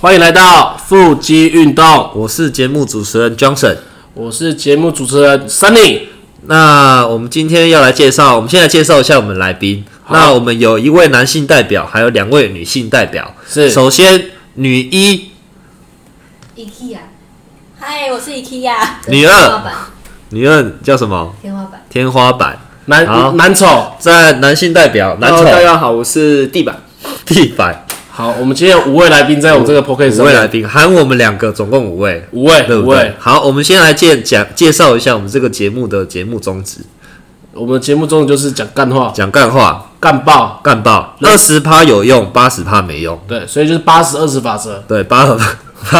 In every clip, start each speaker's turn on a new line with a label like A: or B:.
A: 欢迎来到腹肌运动，
B: 我是节目主持人 Johnson。
A: 我是节目主持人 Sunny。
B: 那我们今天要来介绍，我们先来介绍一下我们来宾。那我们有一位男性代表，还有两位女性代表。
A: 是
B: 首先女一、
C: IKEA，嗨，我是 IKEA。
B: 女
C: 天
B: 二
C: 花板，
B: 女二叫什么？
C: 天花板。
B: 天花板。好
A: 男男丑，
B: 在男性代表，男
D: Hello，大
B: 丑
D: 家好，我是地板。
B: 地板
A: 好，我们今天有五位来宾在我们这个 p o c a s t 上
B: 五位
A: 面
B: 来宾，含我们两个，总共五位，
A: 五位，
B: 对
A: 五
B: 不
A: 位
B: 对？。好，我们先来介讲介绍一下我们这个节目的节目宗旨，
A: 我们节目中就是讲干话、
B: 讲干话，
A: 干爆，
B: 干爆，二十趴有用，八十趴没用。
A: 对，所以就是八十二十法则。
B: 对，巴赫巴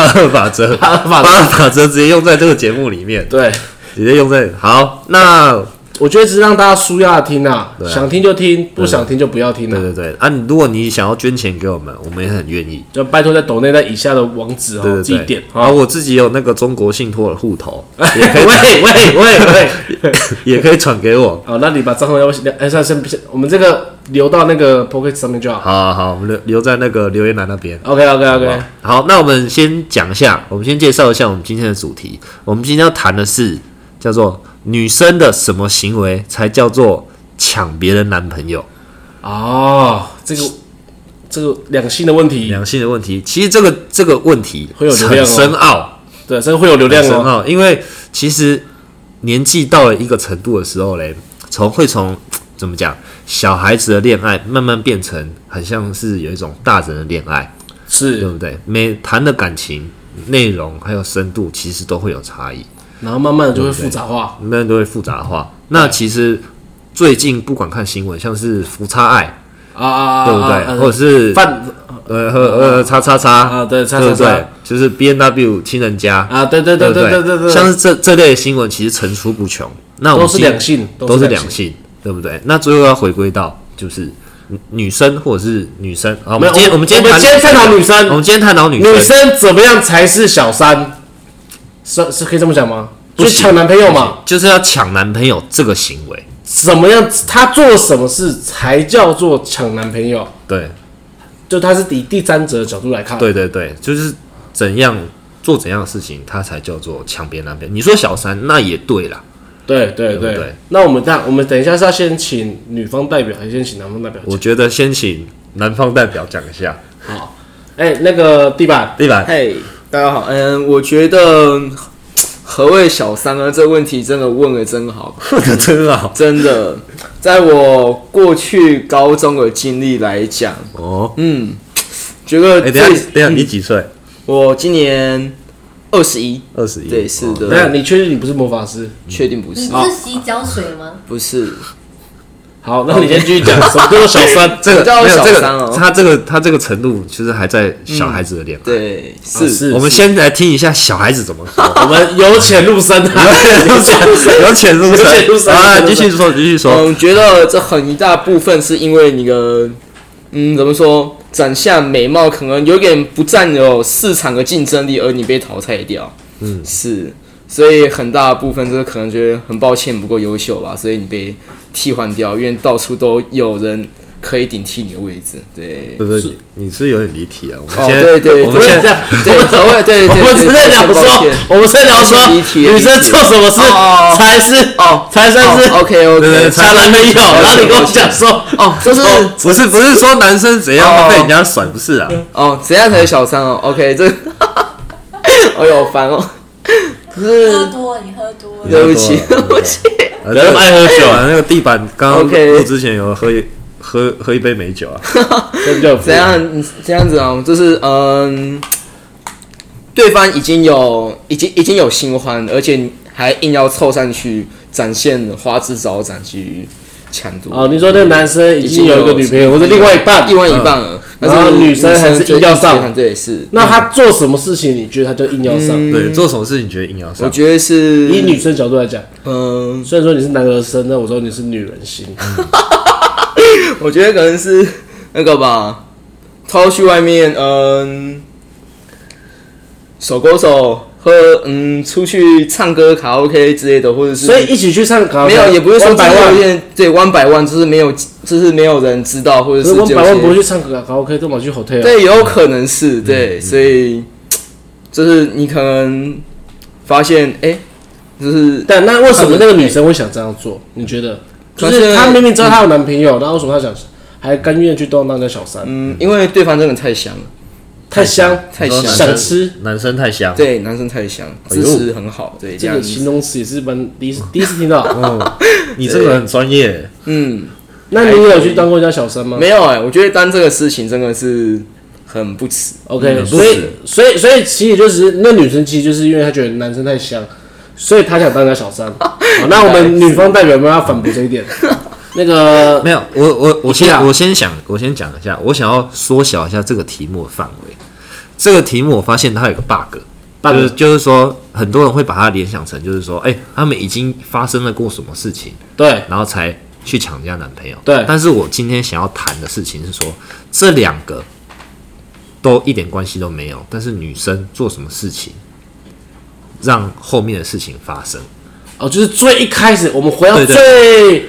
B: 赫法则，
A: 巴赫法则
B: 法则直接用在这个节目里面，
A: 对，
B: 直接用在好。那
A: 我觉得是让大家舒压的听啊，
B: 对啊
A: 想听就听，不想听就不要听
B: 对
A: 了、
B: 对对啊，你如果你想要捐钱给我们，我们也很愿意。
A: 就拜托在抖内在以下的网址哦，
B: 对对
A: 自己
B: 对，
A: 点
B: 啊，
A: 好，
B: 我自己有那个中国信托的户头，也可 以
A: 喂喂喂喂，
B: 也可以转给我。
A: 好，那你把账号要不哎，算先先，我们这个留到那个 p o c k e t 上面就好。
B: 好好好，我们留留在那个留言栏那边。
A: OK OK OK，
B: 好，那我们先讲一下，我们先介绍一下我们今天的主题。我们今天要谈的是叫做女生的什么行为才叫做抢别人男朋友。
A: 哦，这个这个两性的问题，
B: 良性的问题，其实这个这个问题
A: 会有流量
B: 很
A: 哦
B: 深奥，
A: 对，这个会有流
B: 很
A: 量
B: 深
A: 哦。
B: 奥，因为其实年纪到了一个程度的时候嘞，从会从怎么讲，小孩子的恋爱慢慢变成很像是有一种大人的恋爱，对
A: 是，
B: 不对？每谈的感情内容还有深度，其实都会有差异，
A: 然后慢慢的就会复杂化。
B: 慢慢都会复杂化。那其实最近不管看新闻，像是福差爱，
A: 啊啊啊，
B: 对不
A: 啊啊
B: 对？或者是
A: 饭
B: 呃和呃叉叉叉
A: 啊对叉叉
B: 对不对
A: 叉？
B: 就是 B N W 亲人家，
A: 啊，对对对
B: 对
A: 对
B: 对
A: 对对对，
B: 像是这这类的新闻其实层出不穷。那我们
A: 都是
B: 今
A: 两性
B: 都
A: 是
B: 是
A: 两
B: 两性，对不对？那最后要回归到就是女女生或者是女生啊，我
A: 没有
B: 们今天
A: 我
B: 我们今天
A: 我们今天探讨女生
B: 我们今天探讨女
A: 女
B: 生，
A: 生怎么样才是小三？是是可以这么讲吗？
B: 不
A: 就
B: 行
A: 抢男朋友嘛？
B: 就是要抢男朋友这个行为，
A: 怎么样？她做了什么事才叫做抢男朋友？
B: 对
A: 就她是以第三者的角度来看，
B: 对对对，就是怎样做怎样的事情，它才叫做抢别人男朋友。你说小三那也对啦，
A: 对对
B: 对
A: 对
B: 不对
A: 那我们等我们等一下是要先请女方代表，还是先请男方代表？
B: 我觉得先请男方代表讲一下，
A: 哎、那个地板，
B: 对吧？
D: 嘿、大家好。嗯，我觉得何谓小三呢？这个问题真的问的真好，
B: 问的 真好
D: 真的。在我过去高中的经历来讲，
B: 哦。
D: 嗯，觉得
B: 哎，等
D: 最、
B: 一下等一下，你几岁？
D: 我今年二十一，
B: 二十一。
D: 对，是
B: 哦
D: 的，
A: 那你确定你不是魔法师？
D: 确定不
C: 你
D: 是，
C: 不是洗脚水吗？
D: 不是，
A: 好，那你先继续讲，什么叫做小三？
B: 这个
D: 我叫
B: 没有
D: 小
B: 这
D: 三
B: 个
D: 哦，嗯
B: 他这个他这个程度其实还在小孩子的脸。
D: 对，
A: 啊
D: 是，
A: 是
B: 我们先来听一下小孩子怎么说。
A: 我们由浅入深 啊，
B: 有浅有浅入
A: 有浅入
B: 深，
A: 深
B: 啊，
A: 有
B: 继
A: 浅入深
B: 续说，继续说。
D: 嗯，觉得这很一大部分是因为你的，嗯，怎么说，长相美貌可能有点不占有市场的竞争力，而你被淘汰掉。嗯，是，所以很大部分就是可能觉得很抱歉不够优秀吧，所以你被替换掉，因为到处都有人可以顶替你的位置。对，
B: 不是，你是有点离题啊。我们
D: 哦，
B: 先，
D: 对对，
B: 我们
D: 对
B: 先
A: 这样
D: 对，所 谓对对，
A: 我们
D: 对
A: 是在聊
D: 抱歉抱
A: 说
D: 歉，
A: 我们是在聊说
D: 离题
A: 女生做什么事
D: 离题哦哦哦
A: 才是
D: 哦，
A: 才算是
D: 哦，OK
B: 对对
D: OK，
B: 对
A: 抢男朋友，然后你跟我讲说，
D: 哦，就是。
B: 不是不是说男生怎样被人家甩，不是啊？
D: 哦，怎样才是小 三哦？OK，这，哎呦，好烦哦。可
C: 喝
D: 是，
C: 多，你喝多了。
D: 对不起，
B: 对
D: 对
A: 啊
D: 不起。
B: 人家爱喝酒啊。那个地板刚刚
D: OK
B: 录之前有喝一喝喝一杯美酒啊。
A: 这就
D: 怎样这样子哦？就是嗯，对方已经有已经已经有新欢，而且还硬要凑上去展现花枝招展去抢夺。
A: 哦，你说那个男生已经有一个女朋友或者另外一半嗯
D: 另，外一半了，但
A: 然后
D: 是
A: 女生还是
D: 就
A: 硬要上
D: 一直对，是。
A: 那他做什么事情你觉得他就硬要上？
D: 嗯
B: 对，做什么事情嗯觉得硬要
D: 我
B: 上？
D: 觉得是
A: 以女生角度来讲，
D: 嗯，
A: 虽然说你是男儿身，那我说你是女人心。
D: 我觉得可能是 那个吧，偷去外面，嗯，手勾手喝嗯出去唱歌、卡拉 OK 之类的，或者是
A: 所以一起去唱卡拉
D: 没有，也不是说
A: 百
D: 有
A: 万，
D: 点对 one by one，就是没有，就是没有人知道，或者
A: 可是
D: 是
A: 我
D: 只有
A: 百万
D: 些
A: 不会去啊嗯唱卡拉 OK，都跑去 hotel。，
D: 对，有可能是对，所以就是你可能发现，哎、就是
A: 但那为什么那个女生会想这样做？你觉得？就
D: 可是
A: 是她明明知道她有男朋友，然后为什么她想还甘愿去动到人家小三？
D: 嗯，因为对方真的太香了，
A: 太香，
D: 太
B: 你说
D: 香
B: 男
D: 了，
B: 生
A: 想吃
B: 男生太香，啊
D: 对，男生太香，
B: 哎呦
D: 支持很好，对，这
A: 这
D: 样
A: 个
D: 子，
A: 形容词也是蛮第一次第一次听到。
B: 你这个很专业，
D: 嗯，
A: 那你有去当过人家小三吗？
D: 没有哎、我觉得当这个事情真的是很不耻，
A: OK，
B: 嗯
A: 所以所以所以其实就是那女生其实就是因为她觉得男生太香，所以她想当人家小 三。好，那我们女方代表有没有要反驳这一点？那个
B: 没有，我我我
A: 你听啊
B: 先我先想，我先讲一下，我想要缩小一下这个题目的范围。这个题目我发现它有个 bug，
A: bug
B: 就是就是说很多人会把它联想成就是说，哎、他们已经发生了过什么事情，
A: 对
B: 然后才去抢人家男朋友。
A: 对
B: 但是我今天想要谈的事情是说，这两个都一点关系都没有，但是女生做什么事情让后面的事情发生？
A: 哦，就是最一开始我们回到
B: 对对
A: 最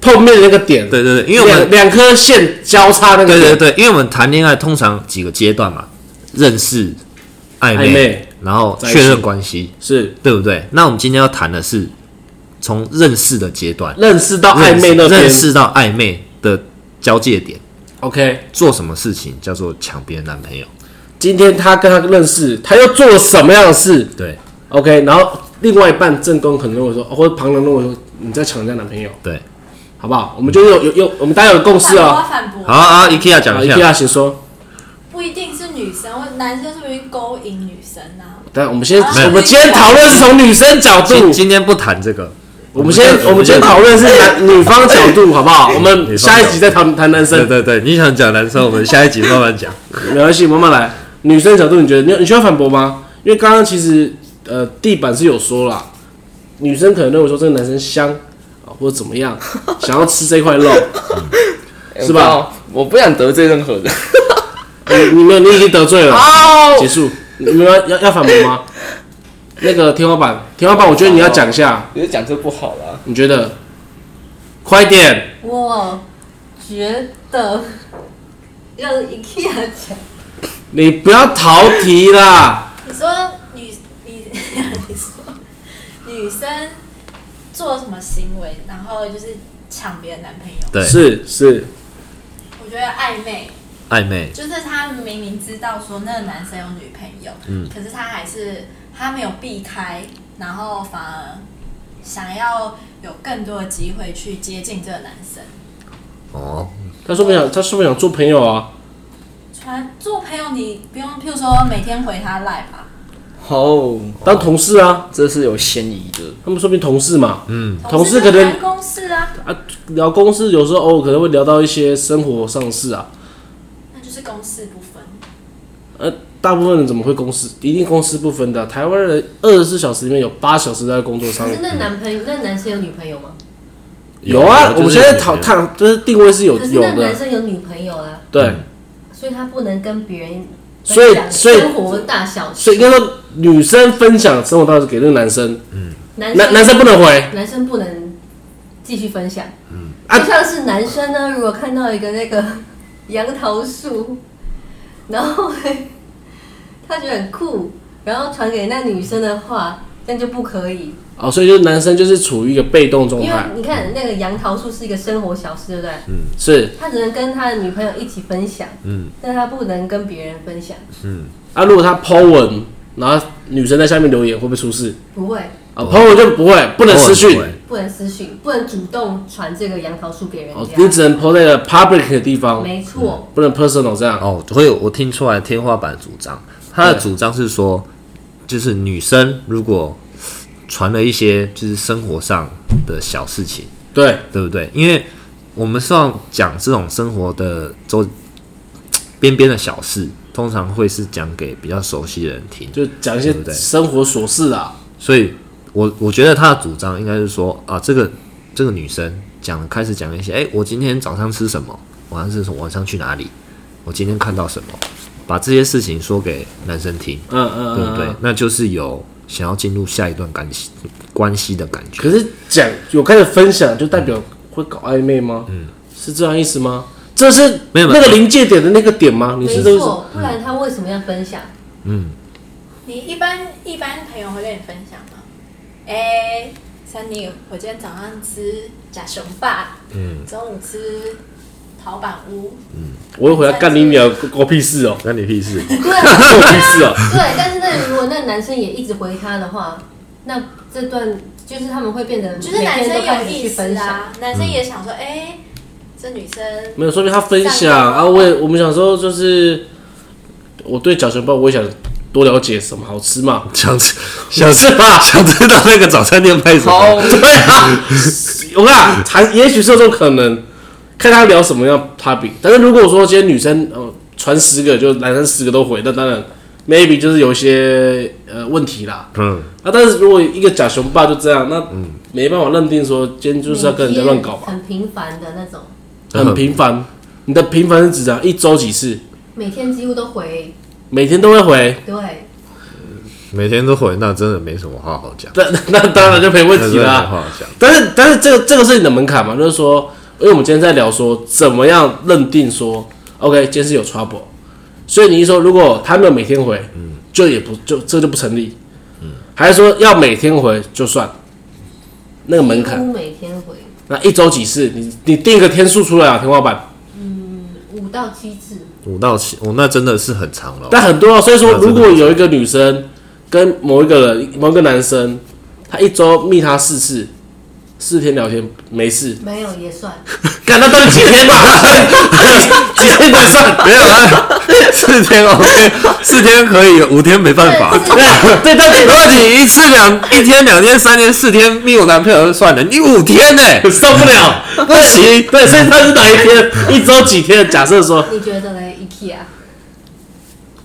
A: 碰面的那个点，
B: 对对对，因为我
A: 两
B: 们
A: 两颗线交叉那个
B: 对对
A: 点，
B: 对，因为我们谈恋爱通常几个阶段嘛，认识、暧昧，
A: 暧昧
B: 然后
A: 在一起
B: 确认关系，
A: 是
B: 对不对？那我们今天要谈的是从认识的阶段
A: 认识到暧昧那边
B: 认识到暧昧的交界点，
A: OK，
B: 做什么事情叫做抢别人男朋友？
A: 今天他跟他认识，他又做了什么样的事
B: 对
A: ？OK，然后另外一半正宫可能认为说，哦或者旁人认为说你在抢人家男朋友，
B: 对，
A: 好不好？我们就有有有，我们大家有共识
C: 我
A: 哦。
C: 要反驳，
B: 好啊，IKEA
A: 好
B: 讲一下，
A: ，IKEA 先说，
C: 不一定是女生，或男生是不是勾引女生啊？
A: 但我们先，
C: 没有
A: 我们今天讨论是从女生角
B: 今
A: 度，
B: 今天不谈这个，
A: 我们先，我们先讨论是男女方角度，好不好？我们下一集再谈谈男
B: 对
A: 生，
B: 对对，你想讲男生，我们下一集慢慢 讲。
A: 没关系，慢慢来。女生角度，你觉得你你需要反驳吗？因为刚刚其实呃地板是有说啦，女生可能认为说这个男生香啊或者怎么样，想要吃这块肉，是吧
D: 嗯我不知道？我不想得罪任何 人。
A: 你你没有，你已经得罪了，
D: 哦
A: 结束。你们要要要反驳吗？那个天花板，天花板，我觉得你要讲一下，
D: 我觉得讲这不好啦，
A: 你觉得？快点，
C: 我觉得让 IKEA 讲，
A: 你不要逃题啦。
C: 你说女你你说女生做什么行为，然后就是抢别人男朋友？
B: 对，
A: 是是，
C: 我觉得暧昧
B: 暧昧，
C: 就是他明明知道说那个男生有女朋友，
A: 嗯
C: 可是他还是他没有避开，然后反而想要有更多的机会去接近这个男生。
B: 哦，
A: 他说不想，他说不想做朋友啊。
C: 传做朋友，你不用，譬如说每天回他赖吧，
D: 好，
A: 当同事啊，
D: 这是有嫌疑的。
A: 他们说不定同事嘛，同
C: 同
A: 事
C: 事
A: 可
C: 就
A: 能
C: 谈公事啊，
A: 聊公事有时候偶尔可能会聊到一些生活上的事啊。
C: 那就是公事不分。
A: 呃，大部分人怎么会公事？一定公私不分的啊、台湾人二十四小时里面有八小时都在工作上
E: 可
A: 面
E: 是。那男朋友，那男生有女朋友吗？
A: 有啊，我
B: 就
A: 们
B: 是
A: 现在
B: 你
A: 讨探就是定位是有
E: 可是
A: 有
E: 那男
A: 的，
E: 生有女朋友啊，
A: 对，
E: 所以他不能跟别人
A: 所以
E: 分享
A: 所以
E: 生活大小事。
A: 所以应该说女生分享生活当然给那个男生，
E: 男
A: 男男生不能回
E: 男生不能继续分享。嗯，
A: 啊
E: 就像是男生呢，如果看到一个那个 杨桃树，然后嘞他觉得很酷，然后传给那女生的话，那就不可以，
A: 哦，所以就是男生就是处于一个被动状
E: 因为
A: 态，
E: 你看那个杨桃树是一个生活小事，对不对？
A: 嗯是
E: 他只能跟他的女朋友一起分享，嗯，但他不能跟别人分享，
A: 啊。如果他 Po 文，然后女生在下面留言，会不会出事
E: 不会，
A: 啊？Po 文就不会，不能私
B: 哦
A: 讯
B: 不会
E: 不能私讯，不能主动传这个杨桃树给人
A: 哦，
E: 家，
A: 你只能 Po 在了 public 的地方，
E: 没错，
A: 不能 personal 这样。
B: 哦，所以我听出来天花板的主张，他的主张是说，就是女生如果传了一些就是生活上的小事情，
A: 对，
B: 对不对？因为我们上讲这种生活的周边边的小事，通常会是讲给比较熟悉的人听，
A: 就讲一些
B: 对不对
A: 生活琐事啊。
B: 所以我我觉得他的主张应该是说啊，这个这个女生讲开始讲一些，哎、我今天早上吃什么，晚上吃什么，晚上去哪里，我今天看到什么，把这些事情说给男生听，
A: 嗯嗯，
B: 对不对
A: 嗯？？
B: 那就是有想要进入下一段感情关系的感觉。
A: 可是讲有开始分享，就代表会搞暧昧吗？嗯，是这样意思吗？这是
B: 没有没
A: 那
B: 有
A: 个临界点的那个点吗？你
E: 没
A: 嗯是这个意思
E: 错，不然他为什么要分 享？
C: 你一般一般朋友会跟你分享吗？哎、三妮，我今天早上吃假熊霸，嗯，中午吃陶板屋，
A: 我会回来干你鸟，狗屁事哦，
B: 那你屁事？
E: 对
A: 狗
E: 啊，
A: 屁事哦。
E: 对，但是那如果那男生也一直回他的话，那这段就是他们会变得
C: 就是男
E: 每天
C: 生
E: 都开
C: 有
E: 始
C: 意
E: 去分
C: 思
E: 享。
C: 啊，男生也想说，哎、这女生
A: 没有，说明他分
C: 这
A: 享
C: 样就好
A: 啊，我也我们想说就是我对小熊包，我也想多了解什么好吃嘛。
B: 想吃想吃吧，想知道那个早餐店卖什
D: 好
B: 么？，
A: 对啊，我跟你讲，还也许是有这种可能，看他聊什么样 topic。但是如果说今天女生呃传十个，就男生十个都回，那当然 maybe 就是有一些呃问题啦。
B: 嗯，
A: 啊，但是如果一个假熊爸就这样，那没办法认定说今天就是要跟人家乱搞吧，
E: 很频繁的那种，
B: 嗯
A: 很频繁。你的频繁是指啊，一周几次，
E: 每天几乎都回，
A: 每天都会回，
E: 对，
B: 每天都回，那真的没什么话好讲，
A: 那那当然就没问
B: 那
A: 题
B: 真的没
A: 啦。
B: 话好讲。
A: 但是但是这个这个是你的门槛嘛，就是说，因为我们今天在聊说怎么样认定说，OK，今天是有 trouble，所以你一说如果他没有每天回，就也不就这就不成立，还是说要每天回就算，那个门
E: 几
A: 槛，
E: 乎每天回
A: 那一周几次，你你定个天数出来啊，天花板，
E: 五到七次，
B: 五到七，哦，那真的是很长了。
A: 但很多啊，所以说
B: 那真的
A: 如果有一个女生跟某一个人某一个男生，他一周密他四次，四天聊天没 事，
E: 没有也算，
A: 干那到底几天啊？几天才算？
B: 没有啊，四天 OK，四天可以，五天没办法。
C: 对
A: 对，到底
B: 如果你一次两一天、两天、三天、四天没有男朋友就算了，你五天呢、
A: 受不 了？
B: 不行，
A: 对，所以他是哪一天？ 一周几天？假设说
E: 你觉得嘞？IKEA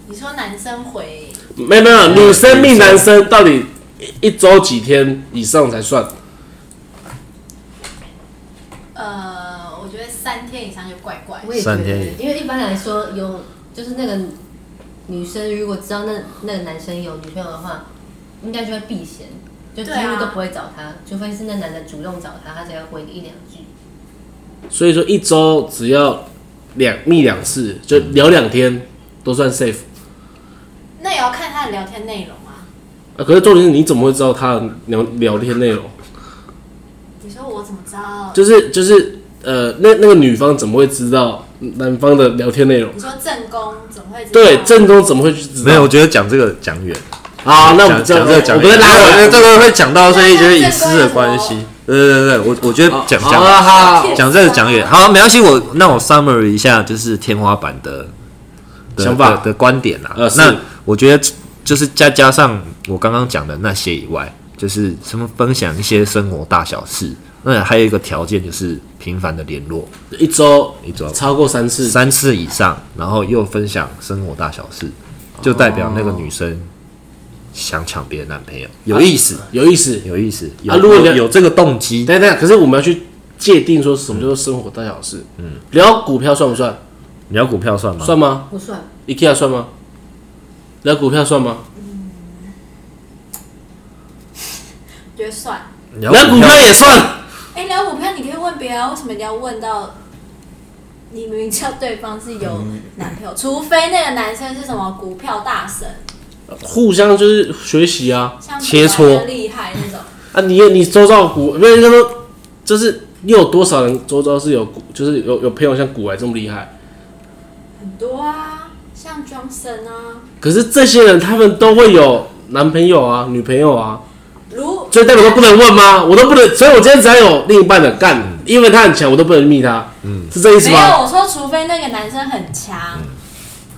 C: 你说男生回
A: 没有没有，女生命男生到底一一周几天以上才算？
C: 呃，我觉得三天以上就怪怪的。
E: 我也觉
B: 三
E: 得
B: 天，
E: 因为一般来说有，就是那个女生如果知道那那个男生有女朋友的话，应该就会避嫌，就几
C: 对
E: 乎
C: 啊
E: 都不会找他，除非是那男的主动找他，他才会回你一两句。
A: 所以说一周只要两密两次，就聊两天都算 safe。
C: 那也要看他的聊天内容啊。
A: 啊，可是重点是你怎么会知道他的聊聊天内容？
C: 你说我怎么知道？
A: 就是就是呃，那那个女方怎么会知道男方的聊天内容？
C: 你说正宫怎么会知道？
A: 对，正宗怎么会去知道？
B: 没有，我觉得讲这个讲远，
A: 好，那我
B: 讲
A: 们
B: 讲这个讲
A: 我们再
B: 远，
A: 拉回来
B: 因为这个会讲到
C: 这
B: 是
C: 个
B: 一些隐私的关系。对对对，我我觉得讲
A: 好了，
B: 讲
A: 好，
B: 讲这个讲远，好，没关系，我那我 summary 一下，就是天花板的的
A: 想法
B: 的的观点啦
A: 呃。是
B: 那我觉得就是再加上我刚刚讲的那些以外，就是什么分享一些生活大小事，那还有一个条件就是频繁的联络。
A: 一周
B: 一周
A: 超过三次，
B: 三次以上，然后又分享生活大小事，就代表那个女生想抢别人男朋友，有意思，
A: 有意思。
B: 有意思。有
A: 哦啊如果
B: 有
A: 两
B: 有这个动机，
A: 等一下等一下，可是我们要去界定说什么叫做生活大小事。嗯，聊股票算不算？
B: 嗯你要股票算吗？
A: 算吗
E: 不算，
A: ？IKEA 算吗？聊股票算吗？
C: 我觉得算。
B: 聊
A: 聊股票也算。
C: 哎、聊股票你可以问别人啊，为什么你要问到？你明明知道对方是有
B: 嗯
C: 男朋友，除非那个男生是什么股票大神，
A: 互相就是学习啊
C: 像
B: 切磋
C: 股癌的厉害那种。
A: 啊！你也你周遭的股，不是应该说，就是你有多少人周遭是有股，就是有有朋友像股癌这么厉害？
C: 很多啊，像 Johnson 啊，
A: 可是这些人他们都会有男朋友啊、女朋友啊，
C: 如
A: 所以代表都不能问吗？我都不能，所以我今天只要有另一半的
B: 嗯
A: 干，因为他很强，我都不能密他，嗯，是这意思
C: 没
A: 吗？
C: 有我说，除非那个男生很强，
B: 嗯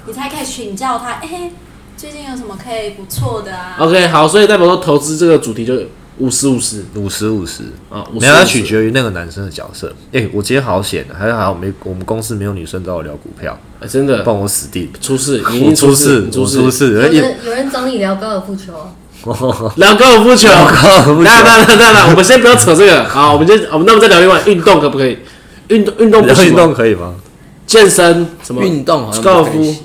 C: 你才可以请教他。哎、最近有什么可以不错的
B: 哦
C: 啊？
A: OK，好，所以代表说投资这个主题就五十五十
B: 五十五十，
A: 啊，
B: 没有，它取
A: 决。
B: 决于那个男生的角色。哎、我今天好险，还好没我们公司没有女生找我聊股票，
A: 哎真的
B: 不然我死定。
A: 出事，你一
B: 我
A: 定
B: 出
A: 事，你，
B: 事我
A: 出
B: 出
A: 事。
B: 事，而
E: 有
B: 且
E: 人有人找你聊高尔夫球，
A: 聊高尔夫球，
B: 夫球
A: 那那那那那，我们先不要扯这个， 好，我们先，我们那我们再聊另外运动可不可以？运动运动不
B: 聊
A: 行
B: 运
A: 吗，
B: 动可以吗？
A: 健身什么？
D: 运动好像
A: 高尔
D: 不太
A: 夫
D: 行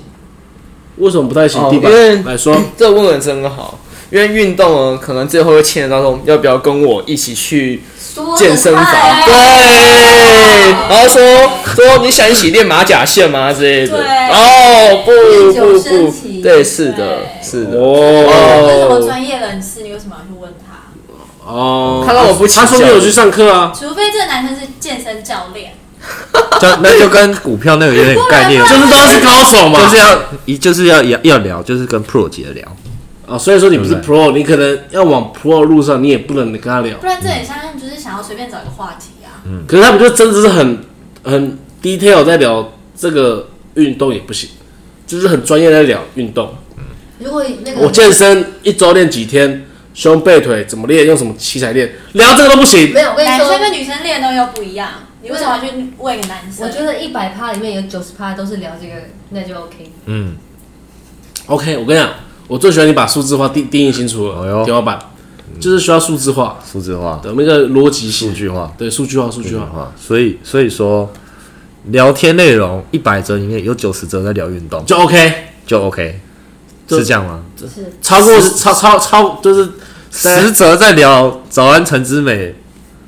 A: 为什么不太行
D: 哦
A: 地板
D: 因为
A: 来说？
D: 这个问的真好，因为运动呢，可能最后会牵扯到说要不要跟我一起去
E: 说
D: 健身
C: 哦
D: 房，对，
C: 欸
D: 然后说说你想一起练马甲线吗之类的，
C: 对
D: 哦不
E: 日久
D: 不
E: 生
D: 不，
E: 情
D: 对，是的，
C: 对
D: 是的，
A: 哦
C: 这是什么专业人士，你为什么要去问他？
A: 哦，
D: 他让我不起
A: 他说
D: 劲
A: 没有去上课啊，
C: 除非这个男生是健身教练，
B: 就那就跟股票那个有点概念，
A: 就是都要去高手嘛，
B: 就是要一就是要要要聊，就是跟 Pro 姐聊，
A: 啊，所以说你不是
B: 对不
A: Pro，你可能要往 Pro 路上，你也不能跟他聊。
C: 不然这很像就是想要随便找一个话题啊。
A: 可是他们就真的是很很 detail 在聊这个运动也不行，就是很专业在聊运动。
E: 如果那个
A: 我健身一周练几天，胸背腿怎么练，用什么器材练，聊这个都不行。
E: 没有，我跟你
C: 男
E: 说啊
C: 生，跟女生练的东西又不一样，你为什么要去问一个男生？
E: 我觉得一百趴里面有九十趴都是聊这个，那就 OK。
B: 嗯，
A: OK，我跟你讲，我最喜欢你把数字化定定义清楚
B: 哎
A: 了，
B: 呦
A: 天花板就是需要数字化
B: 数字化、
A: 的那个逻辑
B: 数
A: 性，
B: 据嗯化、
A: 对，数据化，数
B: 数
A: 据
B: 据
A: 化，
B: 化，所以所以说，聊天内容一百则里面有九十则在聊运动，
A: 就 OK。
B: 就 OK，
A: 就是
B: 这样吗？
E: 是，
A: 超过超超超就是对
B: 十则在聊早安橙之美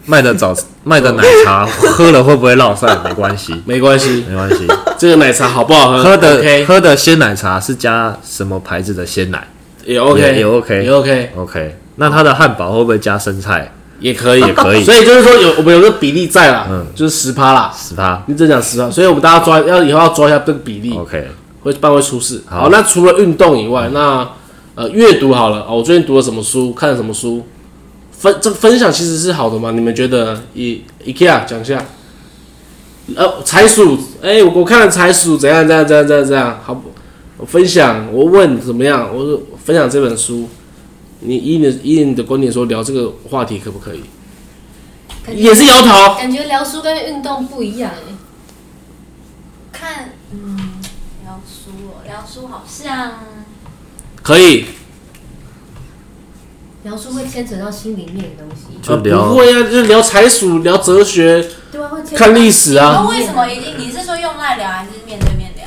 B: 卖的早卖的奶 茶，喝了会不会落晒？没关 系，
A: 没关系，
B: 没关系。
A: 这个奶茶好不好喝？
B: 喝的
A: OK
B: 喝的鲜奶茶是加什么牌子的鲜奶
A: 也 OK
B: 也也 OK
A: 也 OK
B: ？OK，那它的汉堡会不会加生菜？
A: 也可以
B: 也可以
A: 所以就是说有我们有个比例在啦，
B: 嗯
A: 就是十趴啦。
B: 十趴
A: 你只讲十趴，所以我们大家抓要以后要抓一下这个比例。
B: OK，
A: 会办会出事。好，
B: 好
A: 那除了运动以外，那呃阅读好了哦，我最近读了什么书，看了什么书，分这分享其实是好的嘛？你们觉得呢？以 IKEA 讲一下，呃，财鼠，哎、我我看了财鼠怎样怎样怎样怎样怎样，好不？我分享，我问怎么样？我说我分享这本书，你以你的以你的观点说聊这个话题可不可以？
E: 感觉
A: 也是摇头，
E: 感觉聊书跟运动不一样哎，
C: 看，嗯，聊书哦，聊书好像
A: 可以，
E: 聊书会牵扯到心里面的东西，
B: 就
A: 呃，
B: 聊
A: 不会啊，就是聊财鼠，聊哲学，
E: 对啊，会牵扯到
A: 看历史
C: 那、
A: 啊，
C: 为什么一定？你是说用赖聊还是面对面聊？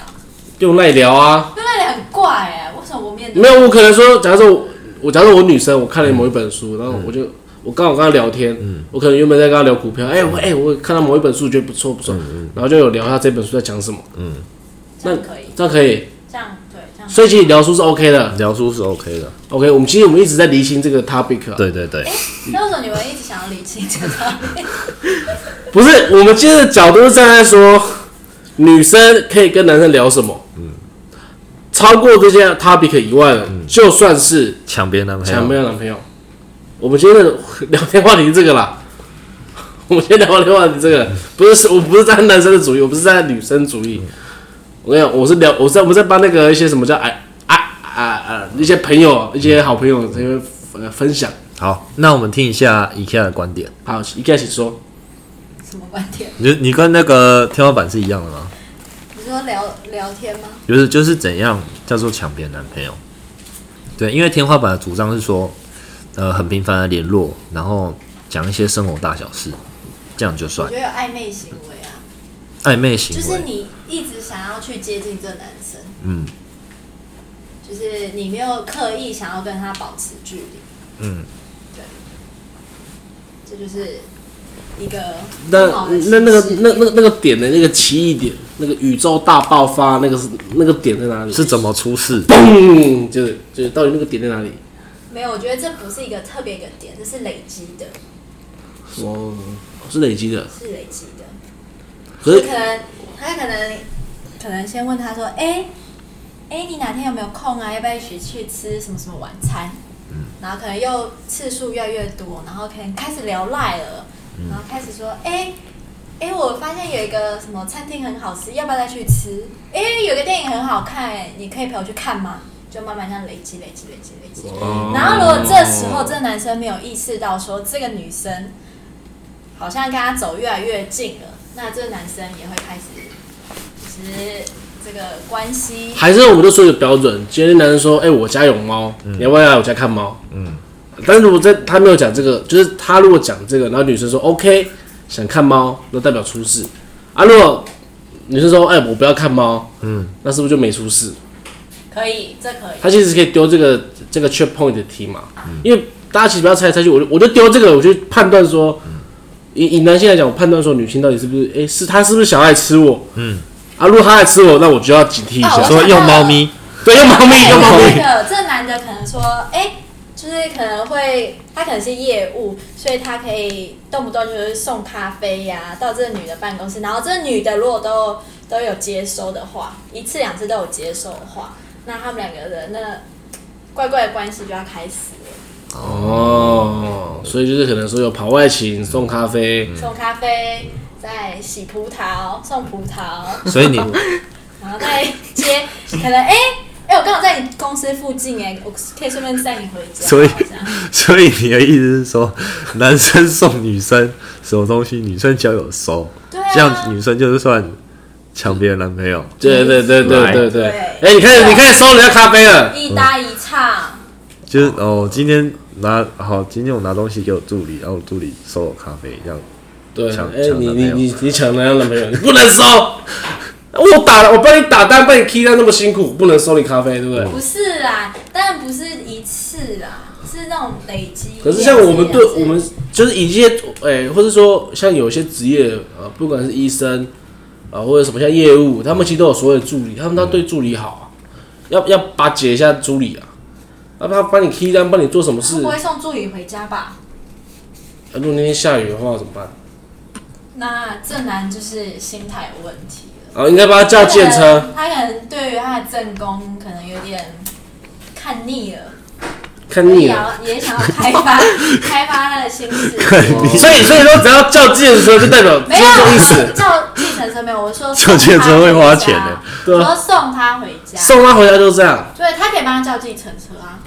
A: 用赖聊啊。
C: 用赖聊很怪哎、为什么我面对
A: 没有，我可能说，假设我我假设我女生，我看了某一本书，然后我就我刚好跟她聊天，我可能原本在跟她聊股票，哎、我哎、我看到某一本书觉得不错不错，然后就有聊一下这本书在讲什么，
C: 这样可以？
A: 这样可以。
C: 这样对，这样。
A: 所以其实聊书是 OK 的
B: 聊书是 OK 的。
A: ，OK。我们其实我们一直在厘清这个 topic，、啊、
B: 对对对，
C: 那为什么你们一直想要理清这个？
A: 不是我们今天的角度是站在说女生可以跟男生聊什么，超过这些 topic 以外了，就算是
B: 抢别人男朋
A: 想没
B: 友，
A: 有男朋友。我们今天的聊天话题是这个啦。 我们今天聊天话题这个不是是我不是站男生的主义，我不是站女生主义。我跟你讲，我是聊我在我们在帮那个一些什么叫哎啊啊啊一些朋友一些好朋友这些呃分享。
B: 好，那我们听一下 IKEA 的观点。
A: 好，一开始说，
C: 什么观点？
B: 你你跟那个天花板是一样的吗？
C: 你说聊聊天吗？
B: 就是就是怎样叫做抢别人男朋友？对，因为天花板的主张是说，呃，很频繁的联络，然后讲一些生活大小事，这样就
C: 我
B: 算
C: 觉得有暧昧行为啊，
B: 暧昧行
C: 就是
B: 为。
C: 你一直想要去接近这男生，
B: 嗯，
C: 就是你没有刻意想要跟他保持距离。
B: 嗯，
C: 对，这就是一个
A: 那
C: 不好的
A: 那那个
C: 形式
A: 那那个那个点的那个奇异点，那个宇宙大爆发那个是那个点在哪里？
B: 是怎么出事？
A: 嘣，就是就是到底那个点在哪里？
C: 没有，我觉得这不是一个特别一个点，这是累积的，
A: 哦，是累积的，
C: 是累积的。
A: 可是
C: 可能他可能可能先问他说，哎、哎、你哪天有没有空啊？要不要一起去吃什么什么晚餐？
A: 嗯
C: 然后可能又次数越来越多，然后可能开始聊赖了，
A: 嗯
C: 然后开始说，哎、哎、我发现有一个什么餐厅很好吃，要不要再去吃？哎、有个电影很好看、你可以陪我去看吗？就慢慢这样累积、累积、累积、累积。
A: 哦
C: 然后如果这时候这男生没有意识到说这个女生好像跟他走越来越近了，那这个男生也会开始，就是这个关系
A: 还是我们都说有标准。今天男生说：“哎、我家有猫，你要不要来我家看猫？”嗯，但是如果在他没有讲这个，就是他如果讲这个，然后女生说 “OK”，想看猫，那代表出事啊。如果女生说：“哎、我不要看猫”，嗯，那是不是就没出事？
C: 可以，这可以。
A: 他其实可以丢这个这个 checkpoint 的题嘛，因为大家其实不要猜来猜去，我就我就丢这个，我去判断说，以以男性来讲，我判断说女性到底是不是，诶，是她是不是想爱吃我？
B: 嗯，
A: 啊，如果她爱吃我，那我就要警惕一
C: 哦
A: 下
C: 我，
B: 说用猫咪，
A: 对，用猫
C: 哎
A: 咪，用猫
C: 那
A: 咪，
C: 个这男的可能说，哎、就是可能会，他可能是业务，所以他可以动不动就是送咖啡呀、到这个女的办公室，然后这个女的如果都都有接收的话，一次两次都有接收的话，那他们两个人那怪怪的关系就要开始了，
A: 哦，所以就是可能说有跑外勤、送咖啡，
C: 送咖啡，再洗葡萄，送葡萄。
B: 所以 你
C: 然后再接，可能哎哎、诶我刚好在你公司附近哎、我可以顺便载你回家。
B: 所以
C: 这样
B: 所以你的意思是说，男生送女生什么东西，女生只要有收，
C: 对啊，
B: 这样女生就是算抢别人男朋友。
A: 对对对对对对，
C: 对
A: 哎，你看你看收人家咖啡了，
C: 啊一搭一唱，
B: 就是哦，今天拿好，今天我拿东西给我助理，然后我助理收我咖啡，这样
A: 对，
B: 抢
A: 哎，
B: 抢
A: 你
B: 男
A: 你
B: 朋
A: 你你抢人家男朋友，你不能收，我打了，我帮你打单，帮你 key 单那么辛苦，不能收你咖啡，对不对？
C: 不是啦，但不是一次啦，是那种累积。
A: 可是像我们对
C: 两次
A: 我们就是一些哎、或者说像有些职业呃，不管是医生啊、呃或者什么像业务，他们其实都有所谓的助理，他们都对助理好啊，要要巴结一下助理啊，要不他帮你 key 单，帮你做什么
C: 他
A: 事？
C: 不会
A: 啊
C: 送助理回家吧？
A: 如果那天下雨的话怎么办？
C: 那正男就是心态有问题了。
A: 啊，应该帮他叫建车，
C: 他可能他可能对于他的正宫可能有点看腻了，
A: 看
C: 也
A: 腻了。
C: 想要也想要 开发开发他的心事。
A: 所以所以说，只要叫计程车就代表就
C: 啊没
A: 是
C: 有
A: 这个意思，
C: 叫计程车没有，我说
B: 叫计程车会花钱的
C: 送
A: 对
C: 他回家
A: 啊
C: 我说送他回家，
A: 送他回家就是这样。
C: 对他可以帮他叫计程车啊。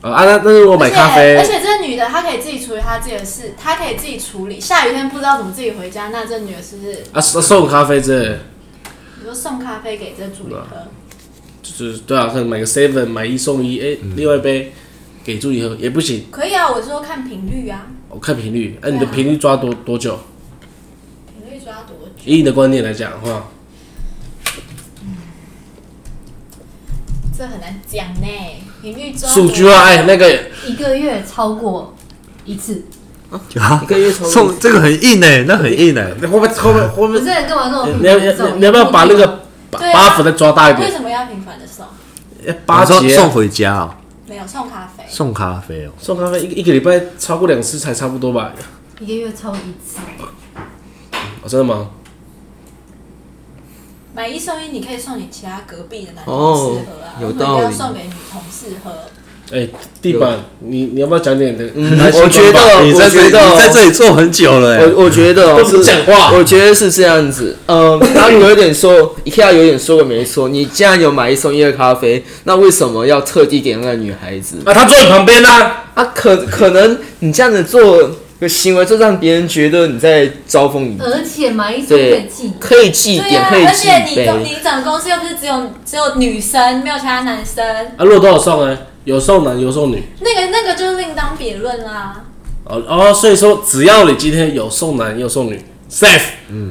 A: 啊啊，那那如果买咖啡
C: 而且而且这女的她可以自己处理她自己的事，她可以自己处理。下雨天不知道怎么自己回家，那这女的是不是
A: 啊，送送咖啡之类的。
C: 你说送咖啡给这助理喝？
A: 就是对啊，可能买个 seven 买一送一，哎、另外一杯给助理喝也不行，
C: 可以啊，我说看频率啊，
A: 我看频率，哎、你的
C: 对啊
A: 频率抓多多久？
C: 频率抓多久？
A: 以你的观念来讲的话，
C: 这很难讲呢。频率抓
A: 数据啊，哎、那个
E: 一个月超过一次，
B: 啊
D: 一，个月抽
B: 送这个很硬哎，那很硬哎，
A: 会不会会不会会不
E: 我这
A: 会？
E: 人干嘛跟我
A: 呃你要你要你要不要把那个把
C: 对啊
A: 八幅再抓大一
C: 为
A: 点？
C: 什么要频繁的送？
A: 哎八
B: 你说
A: 节
B: 送回家哦，
C: 没有送咖啡，
B: 送咖啡哦，
A: 送咖啡一个一个礼拜超过两次才差不多吧？
E: 一个月超一次，
A: 哦、真的吗？
C: 买一送一，你可以送你其他隔壁的男同
D: 哦
C: 事喝啊，
D: 有
C: 为什
D: 道
C: 么
D: 理
C: 要送给女同事喝。
A: 哎、地板，你你要不要讲点你的？
D: 嗯
A: 男性
D: 我觉
A: 观吧
D: 得
B: 你在这
D: 我
B: 里
D: 觉得哦
B: 你在这里坐很久了哎，
D: 我我觉得哦
A: 都不讲话
D: 我觉得是这样子。 嗯，他有点说，IKEA 有点说的没错。你既然有买一送一的咖啡，那为什么要特地给那个女孩子？
A: 啊，他坐你旁边啦、
D: 啊，可可能你这样子做的行为，就让别人觉得你在招蜂
C: 呃
D: 引
E: 而且买一送一的
D: 对
E: 季，
D: 可以记一
C: 对
D: 点，
C: 啊，
D: 可以
C: 而
D: 记
C: 且
D: 一
C: 你总
D: 杯。
C: 你整公司又不是只有只有女生，没有其他男生。
A: 啊，如果都有送呢、有送男有送女。
C: 那个那个就是另当别论啦。
A: 哦哦，所以说只要你今天有送男有送女，safe。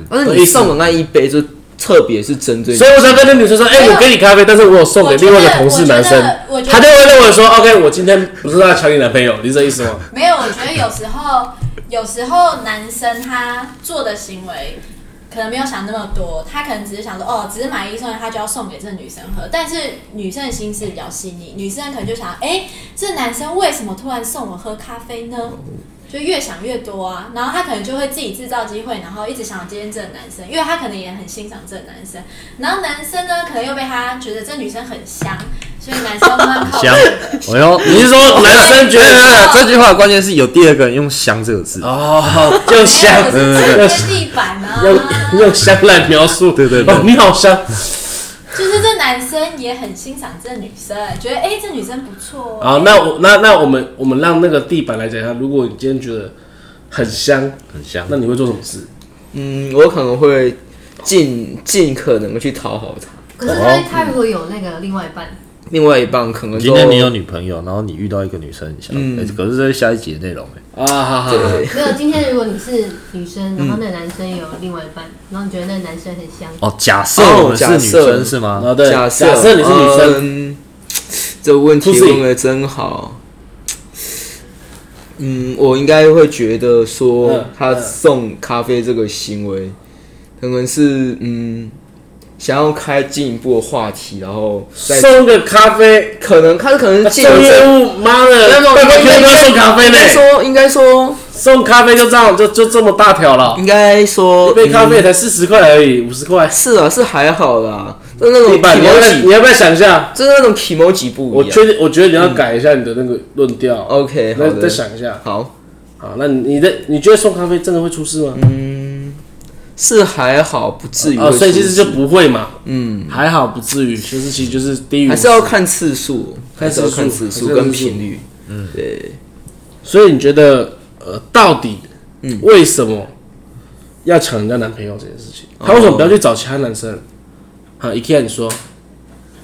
D: 但是你送的那一杯就特别是针对你
A: 所以我想跟那女生说，哎、
C: 没有
A: 我给你咖啡，但是我有送给另外一个同事男生
C: 我觉得
A: 他
C: 我觉得我觉，得
A: 就会认为说，OK，我今天不是在抢你男朋友，你是这意思吗？
C: 没有，我觉得有时候有时候男生他做的行为。可能没有想那么多，他可能只是想说，哦，只是买一送一，他就要送给这女生喝。但是女生的心思比较细腻，女生可能就想，哎、这男生为什么突然送我喝咖啡呢？就越想越多啊，然后他可能就会自己制造机会，然后一直想今天这个男生，因为他可能也很欣赏这个男生。然后男生呢，可能又被他觉得这女生很香，所以男生慢慢靠近
B: 香。哎呦，
A: 你是说男生觉得
C: 我
B: 啊这句话的关键是有第二个人用“香”这个字，
A: 哦，就香，
C: 没有我是
A: 用
C: 直接地板啊，
A: 用用香来描述，
B: 对对对
A: 哦，你好香
C: 就是这男生也很欣赏这女生，觉得哎、诶这女生不错哦。
A: 好，那我那那我们我们让那个地板来讲一下，如果你今天觉得很香，
B: 很香
A: 那你会做什么事？
D: 嗯，我可能会尽尽可能去讨好他。
E: 可是他他如果有那个另外一半，
D: 另外一半可能
B: 今
D: 就
B: 天你有女朋友，然后你遇到一个女生很香，
D: 嗯
B: 哎可是这是下一集的内容哎，
A: 啊，好好，
D: 对
E: 没有今天如果你是女
A: 嗯
E: 生，然后那个男生有另外一半，然后你觉得那个男生很香，
B: 哦，假设
D: 哦
B: 我们是
D: 假
B: 女
D: 设哦
B: 生是吗？
A: 啊对，
D: 假
A: 假设你是女生，
D: 嗯这个问题
A: Pussy
D: 问的真好。嗯，我应该会觉得说
A: 嗯
D: 他
A: 嗯
D: 送咖啡这个行为，可能是嗯想要开进一步的话题，然后再
A: 送个咖啡，
D: 可能他可能借
A: 送
D: 由
A: 业
D: 这
A: 务，妈的，
D: 没有没有
A: 拜拜
D: 应该
A: 不要送咖啡
D: 应该
A: 嘞，
D: 说应该说
A: 送咖啡就这样，就就这么大条了，
D: 应该说
A: 一杯咖
D: 嗯
A: 啡也才四十块而已，五十块，
D: 是啊，是还好啦，但那种
A: 地板，你要不要
D: emoji，
A: 你要不要想一下？
D: 就是那种 emoji 不
A: 我
D: 一样。嗯哦
A: 确定，我觉得你要改一下你的那个论调。
D: OK，好
A: 那再
D: 的，
A: 想一下。
D: 好，
A: 好，那你你的你觉得送咖啡真的会出事吗？
D: 是还好，不至于会
A: 哦，
D: 嗯出事。
A: 所以其实就不会嘛，
D: 嗯，
A: 还好不至于，就是其实就是低于50，
D: 还是要看次数，还是要看次
A: 次数
D: 数
A: 还是要看
D: 跟
A: 次数
D: 频率。嗯，对，
A: 所以你觉得，呃，到底，
D: 嗯
A: 为什么要抢人家男朋友这件事情？
D: 哦
A: 他为什么不要去找其他男生？好，IKEA 你说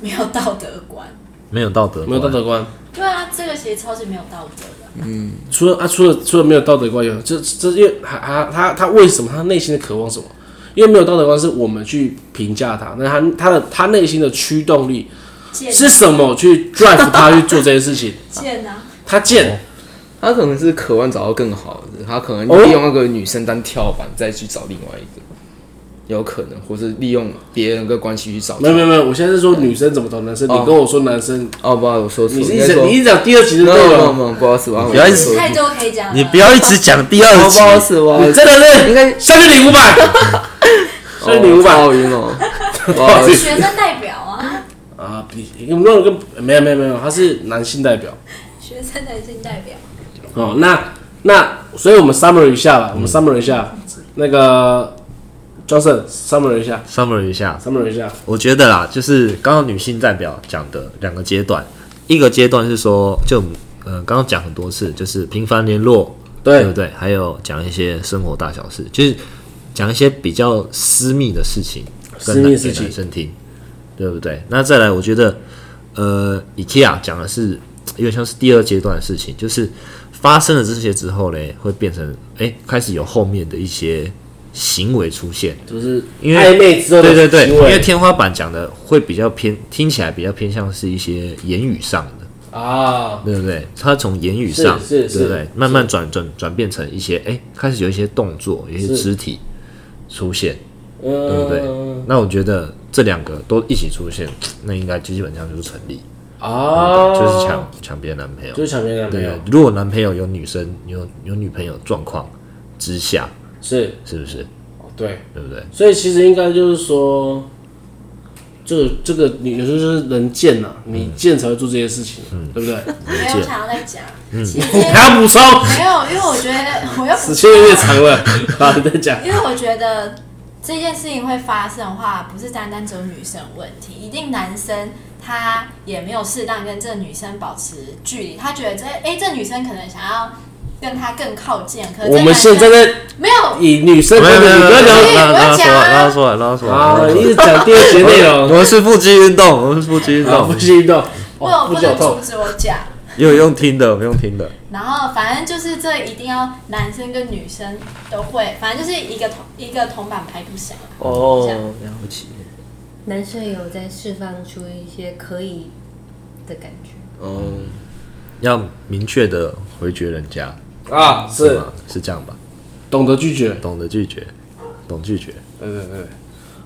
C: 没有道德观。
B: 没有道德，
A: 没有道，德观，
C: 对啊，这个其实超级没有道德的。
A: 除了啊，除了除了没有道德观以外，这这因为他他他他为什么他内心的渴望什么？因为没有道德观是我们去评价他，那他他的他内心的驱动力
C: 贱
A: 是什么去 drive 他去做这件事情？
C: 贱啊！
A: 他
D: 哦
A: 贱，
D: 他可能是渴望找到更好的，他可能
A: 哦
D: 利用那个女生当跳板，再去找另外一个，有可能，或是利用别人的关系去找。
A: 没有没有没有，我现在是说女生怎么找男生，
D: 哦
A: 你跟我说男生，
D: 哦，不好意思，我说错，
A: 你是一
D: 应该
A: 直
D: 说
A: 你一直讲第二集就
D: no
A: 对
D: no
A: 了，
D: no，不好意思，我
B: 不要一直
D: 说错
C: 太多可以讲了。
B: 你不要一直讲第
D: 哦
B: 二集
D: 不，好意思，不好意
A: 你
D: 思，
A: 真的是
D: 应该
A: 下去 领五百，下去领五百
D: 好晕 哦，不好意思。
C: 学生代表啊，
A: 啊！比你们那个没有没有没有，他是男性代表
C: 学生男性代表。
A: 哦。那那所以我们 summary 一下吧，我们 summary 一下那个 Johnson summary 一下
B: summary 一下，
A: ，summary 一下，
B: 我觉得啦，就是刚刚女性代表讲的两个阶段，一个阶段是说，就呃刚刚讲很多次，就是频繁联络，对不
A: 对
B: 对？还有讲一些生活大小事，就是讲一些比较私密的事情，
A: 私
B: 跟
A: 密
B: 男
A: 的事
B: 给
A: 情
B: 男生听，对不对？那再来，我觉得呃，IKEA 讲的是有点像是第二阶段的事情，就是发生了这些之后嘞，会变成哎开始有后面的一些行为出现。
A: 就是
B: 因为
A: 暧昧之后的
B: 对对对，
A: 行
B: 因
A: 为
B: 为天花板讲的会比较偏，听起来比较偏向是一些言语上的，
A: 啊，
B: 对不对？它从言语上，
A: 是是
B: 对不对
A: 是？
B: 慢慢转转转变成一些，哎、开始有一些动作，有一些
A: 是
B: 肢体出现。
A: 嗯，
B: 对不对那我觉得这两个都一起出现，那应该基本上就是成立，
A: 啊，
B: 对就是抢抢别人男朋友。
A: 就是抢别人男朋友
B: 对，，如果男朋友有女生有有女朋友状况之下，
A: 是，
B: 是不是？
A: 对，
B: 对不对？
A: 所以其实应该就是说，这个这个你有时候就是人贱呐，你贱才会做这些事情，对不对？
C: 没有想要再讲，其实
A: 还要补充，
C: 没有，因为我觉得我要补
A: 时
C: 充
A: 间有点
C: 啊。
A: 长了，好，你再讲。
C: 因为我觉得这件事情会发生的话，不是单单只有女生问题，一定男生他也没有适当跟这女生保持距离，他觉得这哎、这女生可能想要跟他更靠近，可是这
A: 我们
C: 男
A: 现在
C: 生
A: 在
C: 没有
A: 以女生为
B: 没有
A: 主，
B: 没有
A: 你
B: 没
A: 不
B: 有
A: 要
B: 没有
A: 讲
B: 没有
C: 哎
B: 拉出来，
C: 我讲啊
B: 拉出来，拉出来！拉
A: 啊，
B: 出来
A: 一直讲第二节内容，
B: 我们是腹肌运动，我们是腹肌运
A: 啊，
B: 动
A: 不，行运动，
C: 为我
A: 哇，
C: 哦不
A: 不脚
C: 能阻
A: 痛，
C: 止我讲。
B: 有用听的，有用听的，
C: 然后反正就是这一定要男生跟女生都会，反正就是一个铜一个铜板拍不响啊。
D: 哦，了解。
E: 男生有在释放出一些可以的感觉。
D: 哦，
B: 要明确的回绝人家，
A: 啊，是
B: 吗？是这样吧？
A: 懂得拒绝，
B: 懂得拒绝，懂拒绝。
A: 对对对。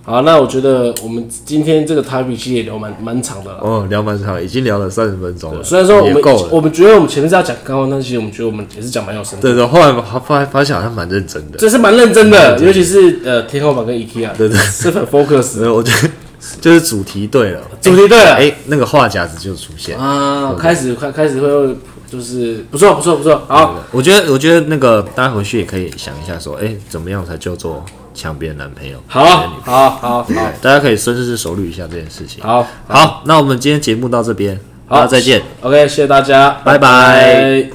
A: 好，那我觉得我们今天这个 topic 其实也聊蛮蛮长的了。
B: 哦，聊蛮长，已经聊了三十分钟了，
A: 虽然说我
B: 也
A: 们
B: 够
A: 我
B: 了。
A: 们觉得我们前面是要讲干话，但其实我们觉得我们也是讲蛮有深度，
B: 对对，后来发发发现好像蛮认真的。
A: 这是蛮认真的，尤其是呃天后版跟 IKEA，对对，是很 focus。
B: 呃，我觉得 就是主题对了，
A: 主题对了
B: 哎，那个话匣子就出现。
A: 啊，开始开开始会就是不错不错不错，好，
B: 我觉得，我觉得那个大家回去也可以想一下，说，哎，怎么样才叫做抢别人男朋友？
A: 好，好，好，好，
B: 对，大家可以深思熟虑一下这件事情。
A: 好，
B: 好，那我们今天节目到这边，
A: 好
B: 大家再见。
A: ，OK，谢谢大家，
B: 拜拜